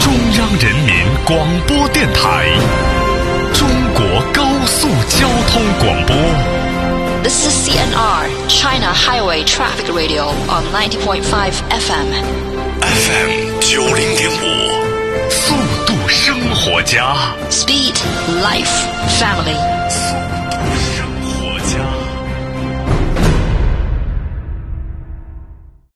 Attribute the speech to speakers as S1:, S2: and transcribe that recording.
S1: 中央人民广播电台，中国高速交通广播。
S2: This is CNR, China Highway Traffic Radio on 90.5 FM.
S1: FM 九零点五，速度生活家。
S2: Speed, life, family.
S1: 速度生